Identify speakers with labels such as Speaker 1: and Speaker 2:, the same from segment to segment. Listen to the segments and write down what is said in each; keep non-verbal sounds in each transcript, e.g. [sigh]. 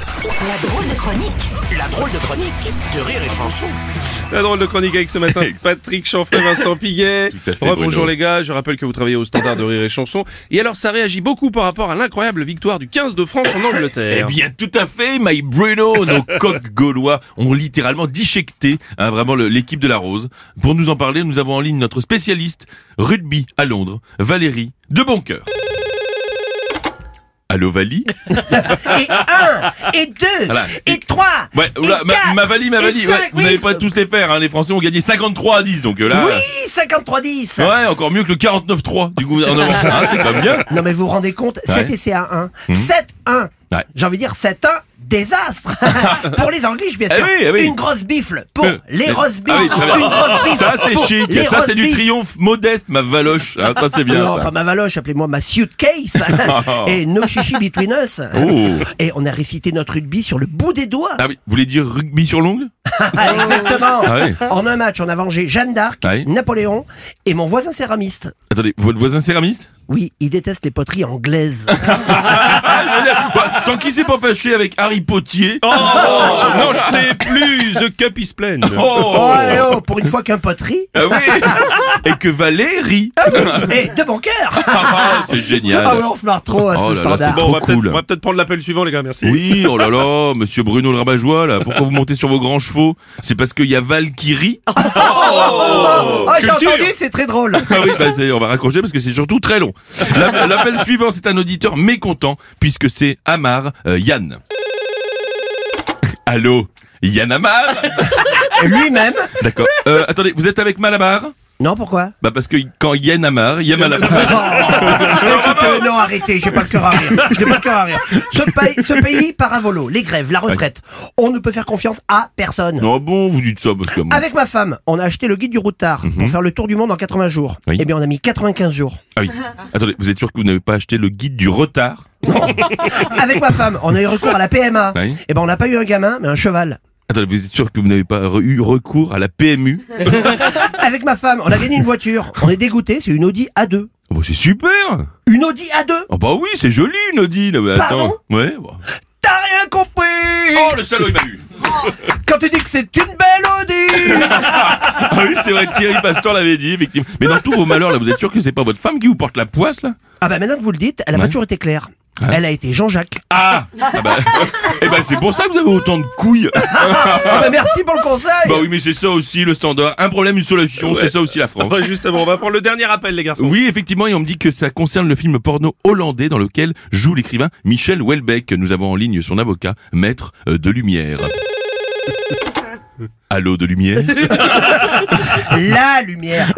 Speaker 1: La drôle de chronique.
Speaker 2: La drôle de chronique de Rire et Chanson.
Speaker 3: La drôle de chronique avec ce
Speaker 4: [laughs]
Speaker 3: matin Patrick Chanfray, Vincent Piguet.
Speaker 4: Tout à fait,
Speaker 3: Bonjour
Speaker 4: Bruno.
Speaker 3: les gars, je rappelle que vous travaillez au standard de rire et chanson. Et alors ça réagit beaucoup par rapport à l'incroyable victoire du 15 de France en
Speaker 4: Eh
Speaker 3: Angleterre.
Speaker 4: bien, tout à fait, my Bruno. Nos coqs gaulois ont littéralement disjecté hein, vraiment le- l'équipe de la Rose. Pour nous en parler, nous avons en ligne notre spécialiste rugby à Londres, Valérie de Boncoeur. Allô, Vali [laughs]
Speaker 5: et un, et deux,
Speaker 4: Voilà.
Speaker 5: et trois.
Speaker 4: Ouais,
Speaker 5: et
Speaker 4: oula, ma,
Speaker 5: quatre,
Speaker 4: ma Vali, ma
Speaker 5: et
Speaker 4: Vali.
Speaker 5: cinq,
Speaker 4: ouais, vous
Speaker 5: oui.
Speaker 4: n'allez pas tous les faire, hein, les Français ont gagné 53 à 10, donc euh, là... euh,
Speaker 5: Oui, 53-10.
Speaker 4: Ouais, encore mieux que le 49-3 du
Speaker 5: [laughs]
Speaker 4: gouvernement. Hein, c'est pas bien.
Speaker 5: Non mais vous vous rendez compte, 7 essais à 1. 7-1.
Speaker 4: Hmm. Ouais.
Speaker 5: J'ai envie de dire 7-1.
Speaker 4: [laughs]
Speaker 5: Désastre pour les Anglish bien
Speaker 4: Eh
Speaker 5: sûr.
Speaker 4: oui, eh oui.
Speaker 5: Une grosse bifle pour
Speaker 4: Euh,
Speaker 5: les
Speaker 4: mais-
Speaker 5: roast
Speaker 4: Ah oui,
Speaker 5: beef.
Speaker 4: très bien.
Speaker 5: Une grosse bifle.
Speaker 4: Ça, c'est
Speaker 5: pour
Speaker 4: chic.
Speaker 5: les
Speaker 4: Ça, c'est
Speaker 5: roast
Speaker 4: du
Speaker 5: beef.
Speaker 4: triomphe modeste, ma valoche. Hein, ça, c'est bien,
Speaker 5: non,
Speaker 4: ça.
Speaker 5: pas ma valoche, appelez-moi
Speaker 4: [laughs]
Speaker 5: ma suitcase. et no shishi between us.
Speaker 4: Oh.
Speaker 5: Et on a récité notre rugby sur le bout des doigts.
Speaker 4: Ah oui, vous voulez dire rugby sur l'ongle
Speaker 5: Ah, exactement.
Speaker 4: Ah oui.
Speaker 5: En un match, on a vengé Jeanne d'Arc,
Speaker 4: Ah oui.
Speaker 5: Napoléon et mon voisin céramiste.
Speaker 4: Attendez, votre voisin céramiste
Speaker 5: Oui, il déteste les poteries anglaises.
Speaker 4: Bah, Tant qu'il s'est pas fâché avec Harry Potier.
Speaker 3: Oh, non, je t'ai plus, The Cup is plain.
Speaker 5: Oh,
Speaker 4: [laughs] Oh
Speaker 5: allez, oh, pour une fois qu'un poterie
Speaker 4: Ah oui Et que Valérie
Speaker 5: et de bon cœur.
Speaker 4: [laughs] Ah, C'est
Speaker 5: Ah
Speaker 4: génial
Speaker 5: ouais, on se marre trop à
Speaker 4: Oh
Speaker 5: ce
Speaker 4: là là,
Speaker 5: standard.
Speaker 3: Bon, on va
Speaker 4: Trop
Speaker 3: peut-être
Speaker 4: cool.
Speaker 3: on va peut-être prendre l'appel suivant les gars, merci.
Speaker 4: Oui, oh là là, monsieur Bruno le rabat-joie, là, pourquoi vous montez sur vos grands chevaux C'est parce qu'il y a Val qui rit
Speaker 5: Oh, j'ai
Speaker 3: culture.
Speaker 5: entendu, c'est très drôle.
Speaker 4: Ah oui, bah, c'est- on va raccrocher parce que c'est surtout très long. La- L'appel suivant, c'est un auditeur mécontent, puisque c'est Amar euh, Yann. [laughs] Allô Yann Amar [laughs]
Speaker 5: Lui-même.
Speaker 4: D'accord. Euh, attendez, vous êtes avec Malamar
Speaker 5: Non, pourquoi
Speaker 4: Bah parce que quand Yann a marre, Yann a marre. Ah,
Speaker 5: Écoutez, Eh, euh, non, arrêtez, j'ai pas le cœur à rire. J'ai pas le cœur à rire. Ce, pays- ce pays part à volo, les grèves, la retraite. On ne peut faire confiance à personne.
Speaker 4: Non ah bon, vous dites ça parce que moi-
Speaker 5: Avec ma femme, on a acheté le guide du routard pour faire le tour du monde en 80 jours.
Speaker 4: Mhm. Oui.
Speaker 5: Eh bien, on a mis 95 jours.
Speaker 4: Ah oui. Attendez, vous êtes sûr que vous n'avez pas acheté le guide du retard
Speaker 5: Avec ma femme, on a eu recours à la PMA.
Speaker 4: Oui.
Speaker 5: Eh ben, on n'a pas eu un gamin, mais un cheval.
Speaker 4: Attendez, vous êtes sûr que vous n'avez pas re- eu recours à la PMU
Speaker 5: Avec ma femme, on a gagné une voiture. On est dégoûté, c'est une Audi A2.
Speaker 4: Oh, bah, c'est super
Speaker 5: Une Audi A2
Speaker 4: Oh bah oui, c'est joli une Audi. Non, mais attends.
Speaker 5: Pardon
Speaker 4: ouais. bon.
Speaker 5: T'as rien compris
Speaker 4: Oh le salaud il m'a eu.
Speaker 5: Quand tu dis que c'est une belle Audi
Speaker 4: Ah oui, c'est vrai Thierry Pastor l'avait dit effectivement. Mais dans tous vos malheurs là, vous êtes sûr que c'est pas votre femme qui vous porte la poisse là
Speaker 5: Ah bah maintenant que vous le dites, elle a
Speaker 4: Ouais.
Speaker 5: pas toujours été claire. Elle a été Jean-Jacques.
Speaker 4: Ah, ah bah, [laughs] Eh bah c'est pour ça que vous avez autant de couilles.
Speaker 5: Ah bah merci pour le conseil
Speaker 4: bah oui, mais c'est ça aussi le standard. Un problème, une solution, c'est ça aussi la France.
Speaker 3: Enfin, justement, on va prendre le dernier appel les garçons.
Speaker 4: Oui, effectivement, et on me dit que ça concerne le film porno hollandais dans lequel joue l'écrivain Michel Houellebecq. Nous avons en ligne son avocat, maître euh, de lumière. Allô de lumière
Speaker 5: La lumière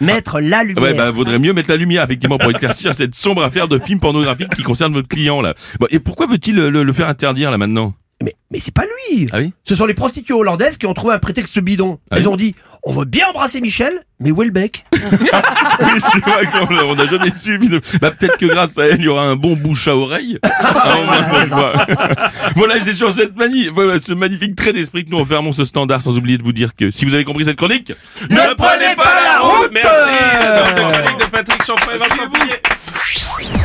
Speaker 5: Mettre la lumière
Speaker 4: Ah Ouais, bah vaudrait mieux mettre la lumière, effectivement, pour éclaircir cette sombre affaire de film pornographique qui concerne votre client, là. Bon, et pourquoi veut-il euh, le, le faire interdire, là, maintenant
Speaker 5: Mais, mais c'est pas lui
Speaker 4: Ah oui
Speaker 5: Ce sont les prostituées hollandaises qui ont trouvé un prétexte bidon.
Speaker 4: Ah
Speaker 5: Elles
Speaker 4: oui
Speaker 5: ont dit, on veut bien embrasser Michel, mais où est le bec
Speaker 4: Oui, c'est vrai qu'on on n'a jamais su. finalement. Bah, peut-être que grâce à elle, il y aura un bon bouche à oreille. [laughs] Ah, au moins, pour moi. [laughs] voilà, et c'est sur cette mani voilà, ce magnifique trait d'esprit que nous refermons ce standard, sans oublier de vous dire que si vous avez compris cette chronique, ne prenez pas la route
Speaker 3: Merci, la drôle de chronique de Patrick Chanfray, Vincent Piguet.